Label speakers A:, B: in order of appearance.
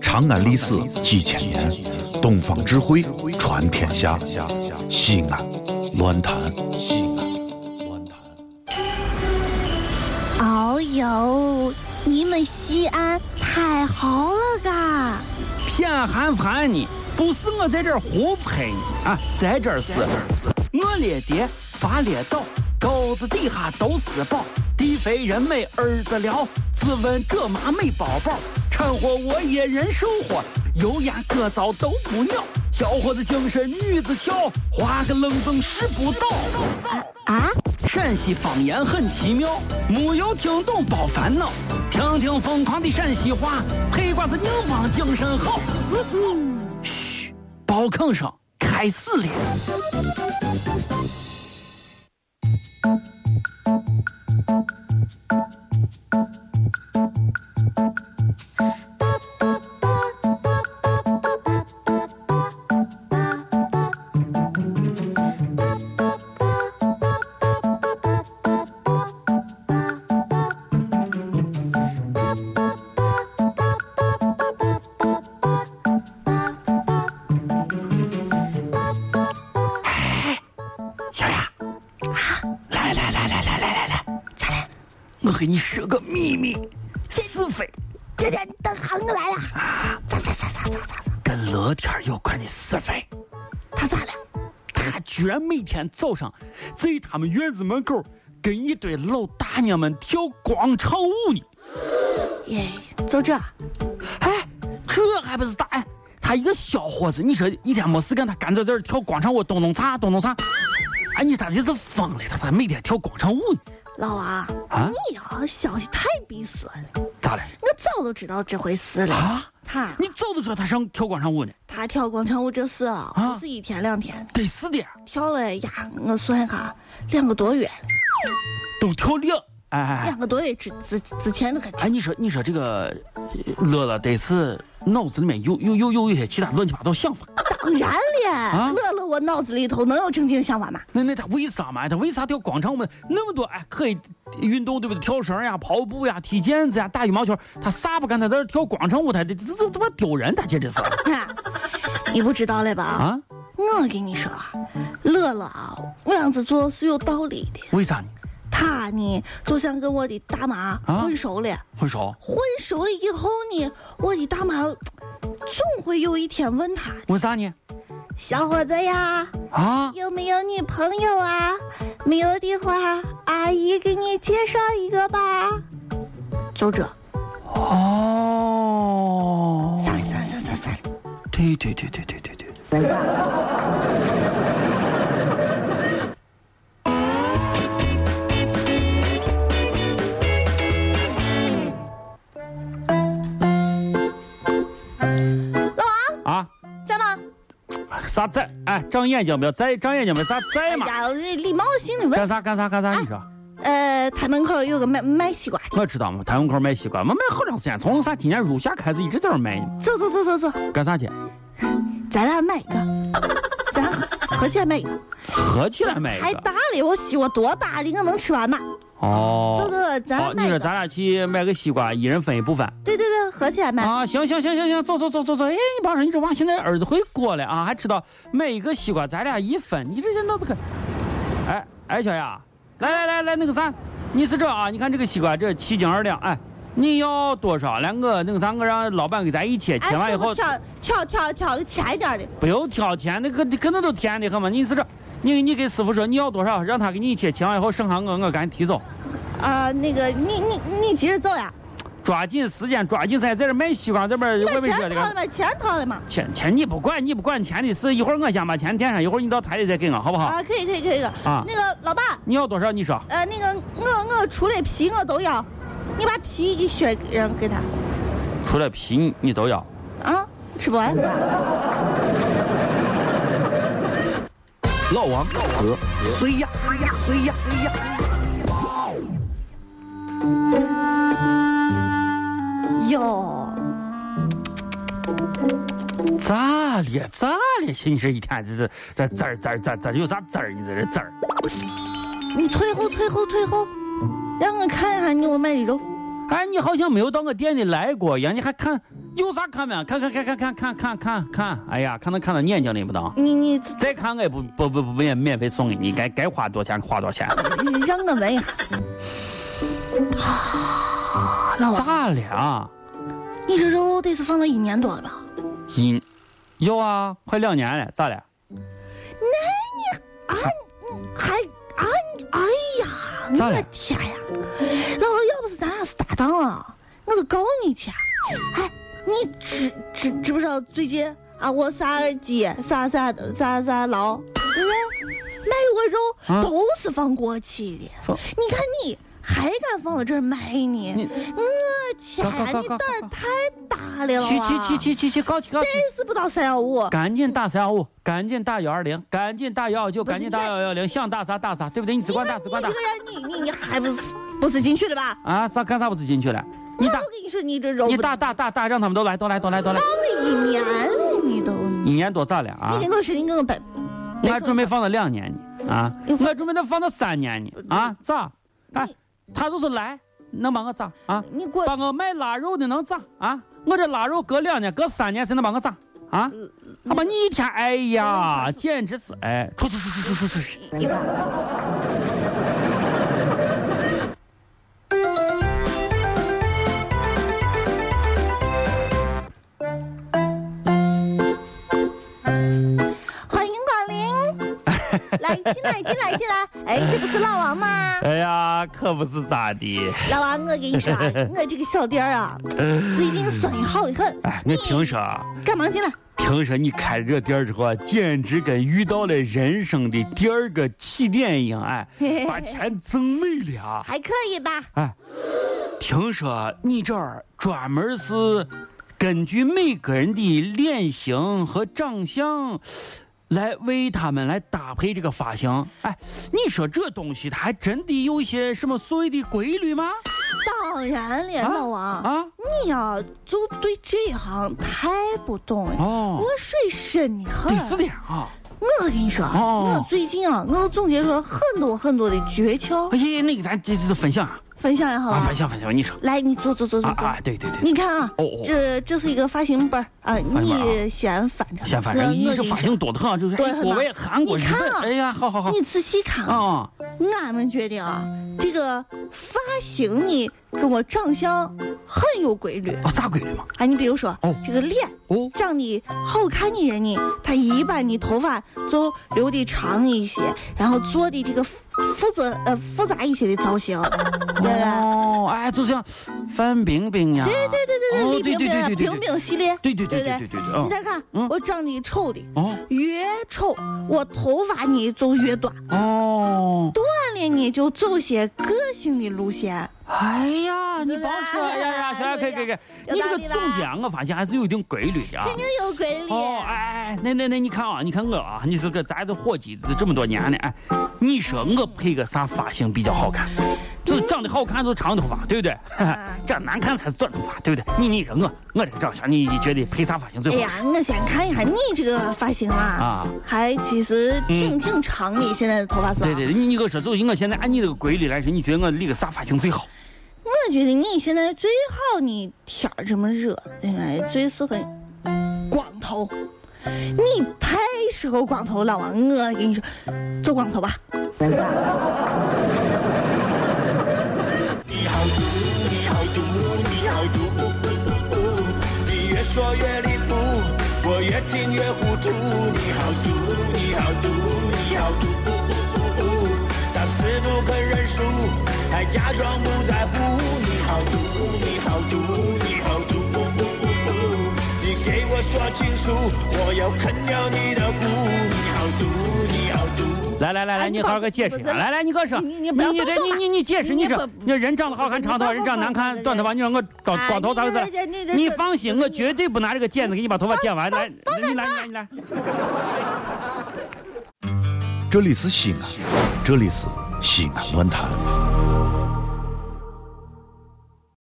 A: 长安历史几千年，东方智慧传天下。西安，乱谈西安。乱谈。
B: 哦呦，你们西安太好了嘎！
C: 偏寒寒你，不是我在这儿胡喷你啊，在这儿是，我列爹发列倒，沟子底下都是宝，地肥人美儿子了，自问这妈没宝宝，掺和我也人生活，油盐各糟都不尿，小伙子精神女子俏，花个愣风拾不倒。
B: 啊，
C: 陕西方言很奇妙，没有听懂别烦恼，听听疯狂的陕西话，黑瓜子硬邦精神好。嘘，包吭声开始了。小雅，啊，来来来来来来来来，
B: 咋了？
C: 我给你说个秘密，是非
B: 这这等喊我来了，咋咋咋咋咋咋？
C: 跟乐天有关的是非。
B: 他咋了？
C: 他居然每天早上在他们院子门口跟一堆老大娘们跳广场舞呢。
B: 耶，就这，
C: 哎，这还不是答案？他一个小伙子，你说一天没事干，他干在这儿跳广场舞，咚咚锵，咚咚锵。哎，你咋的这疯了？他咋每天跳广场舞呢？
B: 老王，
C: 啊
B: 你呀消息太逼死了，
C: 咋了？
B: 我早都知道这回事了。
C: 啊？
B: 他
C: 你早都知道他上跳广场舞呢？
B: 他跳广场舞这事啊
C: 啊
B: 不是一天两天的，
C: 得是的，
B: 跳了呀，我算一下，两个多月了，
C: 都跳两。哎哎哎
B: 两个多月之之之前的还
C: 哎，你说你说这个呃乐乐得是脑子里面有有有有一些其他乱七八糟想法。
B: 当然了，
C: 啊
B: 乐乐，我脑子里头能有正经想法吗？
C: 那那他为啥嘛？他为啥跳广场舞呢？那么多哎可以运动对不对？跳绳呀、跑步呀、踢毽子呀、打羽毛球，他啥不干？他在这跳广场舞，他这这这他妈丢人，他这这是
B: 啊 你不知道了吧？
C: 啊？
B: 我跟你说，乐乐啊，那样子做是有道理的。
C: 为啥呢？
B: 他呢，就想跟我的大妈
C: 啊
B: 混熟了。
C: 会说
B: 混熟了以后呢，我的大妈总会有一天问他
C: 为啥呢？：“
B: 小伙子呀，
C: 啊？
B: 有没有女朋友啊？没有的话，阿姨给你介绍一个吧。”就这，
C: 哦，
B: 算了算了算了算了，
C: 对对对对对对对。啊，
B: 在吗？
C: 啥在？哎，长眼睛没有？在长眼睛没？咋在嘛？
B: 呀，哎礼貌性的
C: 哎干
B: 问，
C: 啥干啥干啥？你说，
B: 呃，他门口有个卖卖西瓜的，
C: 我知道嘛，他门口卖西瓜，没卖好长时间，从啥今年入夏开始一直在这儿卖呢。
B: 走走走走走，
C: 干啥去？
B: 咱俩买一个，咱俩合合起来买一个。
C: 合起来买一
B: 还
C: 个。
B: 大了，我西瓜多大的，我能吃完吗？
C: 哦。
B: 走走，咱俩
C: 好，你
B: 买一
C: 说
B: 个。
C: 咱俩去买个西瓜，一人分一部分
B: 对对对，合起来买。
C: 啊？行行行行行，走走走走走。哎，你别说，你这娃现在儿子会过了啊，还知道买一个西瓜咱俩一分，你这些脑子可……哎哎，小雅，来来来来，那个啥，你是这啊？你看这个西瓜这七斤二两，哎，你要多少？来我那个啥，我让老板给咱一切，切完
B: 哎
C: 以
B: 师傅
C: 后
B: 挑挑挑挑个浅一点的。
C: 不用挑钱，那个可能都甜的很嘛。你是这，你你给师傅说你要多少，让他给你一切，切完以后剩下我我赶紧提走。
B: 啊，那个，你你你急着走呀？
C: 抓紧时间，抓紧时间，在这卖西瓜，这边
B: 把
C: 外面
B: 钱
C: 热的
B: 掏了
C: 干。
B: 吧，钱掏了嘛。
C: 钱钱你不管，你不管钱的事，一会儿我先把钱垫上，一会儿你到台里再给我，好不好？
B: 啊，可以可以可以了。
C: 哦啊
B: 那个老爸，
C: 你要多少？你说。
B: 呃，那个我我除了皮我都要，你把皮一削让给他
C: 除了皮你你都要。
B: 啊，吃不完。
D: 老王和谁呀？谁呀？谁呀？
B: 哟，
C: 咋了？咋了？寻思一天这是这滋儿滋儿滋儿滋儿有啥滋儿？你在这滋儿？
B: 你退后退后退后，让我看一下你我卖的肉。
C: 哎，你好像没有到我店里来过呀？你还看有啥看没？看看看看看看看看看，哎呀，看能看到眼睛里不当。
B: 你你
C: 再看我也不不不不免免费送给你，该该花多少钱花多少钱。
B: 扔个门呀！啊，老王，
C: 咋了啊？
B: 你这肉得是放了一年多了吧？
C: 一，有啊，快两年了，咋了？
B: 啊，你还啊，你哎呀，我
C: 咋了
B: 的天呀！老王，要不是咱俩是搭档啊，我都告你去。哎，你知知知不知道最近啊，我杀鸡杀啥杀啥老，人家卖我肉
C: 啊
B: 都是放过期的。
C: 放
B: 你看你还敢放到这儿卖呢？
C: 你
B: 我天，
C: 搞搞搞
B: 你胆儿
C: 搞搞
B: 太大了，老
C: 去去
B: 王
C: 去，去去去，搞去搞去！
B: 真是不到三幺五。
C: 赶紧打三幺五，赶紧打幺二零，赶紧打幺幺九，
B: 不是
C: 赶紧打
B: 你看
C: 幺幺零，想打啥打啥，对不对？你只管打，只
B: 你
C: 管
B: 看
C: 打
B: 你这个人，你你你还不是不是进去的吧？
C: 啊！啥干啥不是进去了？你
B: 我
C: 打
B: 都跟你说，你这肉
C: 你
B: 不
C: 打打打打，让他们都来都来都来都来
B: 当！了一年了，你都。
C: 一年多咋了啊
B: 你？给我说，你给我摆，
C: 我还准备放到两年呢啊！我准备能放到三年呢啊！咋？哎，他就是来能把我咋啊？
B: 你给我
C: 把我卖腊肉的能咋啊？我这腊肉隔两年隔三年才能把我咋啊？他妈你一天哎呀，简直是哎！出去出去出去出去！
B: 一会儿。欢迎光临，来进来进来进来，哎，这不是老王吗？
C: 哎呀，可不是咋 的。
B: 老王，我跟你 说，啊，我这个小店儿啊，最近生意好的很。
C: 哎，我听说啊，
B: 干嘛进来？
C: 听说你开了这店儿之后啊，简直跟遇到了人生的第二个起点一样， 哎，把钱挣没了啊。
B: 还可以吧？
C: 听说你这儿专门是根据每个人的脸型和长相。来为他们来搭配这个发型，哎，你说这东西它还真的有一些什么所谓的规律吗？
B: 当然了，
C: 啊
B: 老王，
C: 啊，
B: 你呀、就对这行太不懂了。
C: 哦
B: 我水深的很
C: 得。是的啊，
B: 我跟你说，
C: 哦
B: 我最近啊，我总结出了很多很多的诀窍，
C: 哎呀，那个咱这次分享啊，
B: 分享一下好
C: 啊，
B: 吧
C: 分？享分享，你说
B: 来，你坐坐坐
C: 啊
B: 坐坐。
C: 啊，对对对，
B: 你看啊，
C: 哦哦
B: 这这是一个发型本儿啊，
C: 本儿啊
B: 你先翻着，
C: 先反正
B: 我
C: 一
B: 我
C: 这
B: 跟你
C: 发型多得很，就是
B: 多
C: 哎
B: 得很
C: 国
B: 吧
C: 外、韩国、
B: 你
C: 日
B: 看
C: 本，
B: 啊
C: 哎呀，好好好
B: 说，你仔细看啊，
C: 啊，
B: 俺们觉得啊，这个发型呢跟我长相很有规律。
C: 哦，啥规律嘛？
B: 啊，你比如说，
C: 哦
B: 这个脸
C: 哦，
B: 长得好看的人呢，他一般的头发就留的长一些，然后做的这个复复杂呃复杂一些的造 型，对吧？
C: 哦，哎，就像范冰冰呀，对对
B: 对
C: 对
B: 李冰冰
C: 对
B: 啊
C: 对对对
B: 冰
C: 对，
B: 冰系列，
C: 对对对
B: 不
C: 对对对对哦
B: 你再看
C: 嗯
B: 我长得丑的，
C: 哦
B: 越丑嗯我头发呢就越短，
C: 哦，
B: 短了呢就走些个性的路线。
C: 哎呀，你
B: 是
C: 甭
B: 吧
C: 说，哎呀呀，行了，可以可以可以，
B: 有
C: 你
B: 道
C: 这个
B: 理吧
C: 总结啊，我发现还是有一定规律的啊。
B: 定有规律
C: 哦，哎哎，哎那那那，你看啊，你看我啊，你是个咱这伙计，这么多年了，哎，你说我配个啥发型比较好看？就是长得好看就是长头发，对不 对？长难看才是短头发，对不对？你你说我我这个长相，你你觉得配啥发型
B: 哎
C: 最
B: 呀
C: 好？，
B: 我先看一下你这个发型啊，
C: 啊嗯
B: 还其实挺挺长的，现在的头发是吧？
C: 对对对，你你给我说，就以我现在按你这个规律来说，你觉得我理个啥发型最好？
B: 我觉得你现在最好你天儿这么热，哎对吧？最适合光头，你太适合光头了王，我跟你说，做光头吧。
E: 你好毒，你好毒，你好毒，不不不不，你越说越离谱，我越听越糊涂。你好毒，你好毒，你好毒，不不不不，他死不肯认输，还假装不在乎。你好毒，你好毒，你好毒，不不不不，你给我说清楚，我要啃掉你的骨。你好毒，你好毒。
C: 来来来
B: 哎
C: 来，
B: 你
C: 你
B: 把
C: 好好
B: 这
C: 给解释一
B: 不
C: 下。
B: 是
C: 来来，你给我说，
B: 你你
C: 你
B: 你不要
C: 你
B: 动
C: 这
B: 手
C: 你
B: 吧
C: 你你解释，
B: 你
C: 你说
B: 不，
C: 你人长得好看
B: 你
C: 长头
B: 不
C: 发，人长得难看
B: 不
C: 短头发，你让我搞
B: 哎
C: 短头咋回
B: 你这你
C: 事
B: 这？
C: 你
B: 这
C: 放心，
B: 这
C: 我绝对不拿这个剪子给你把头发剪完。来，你来你来你来，
A: 这里是西安，这里是西安论坛。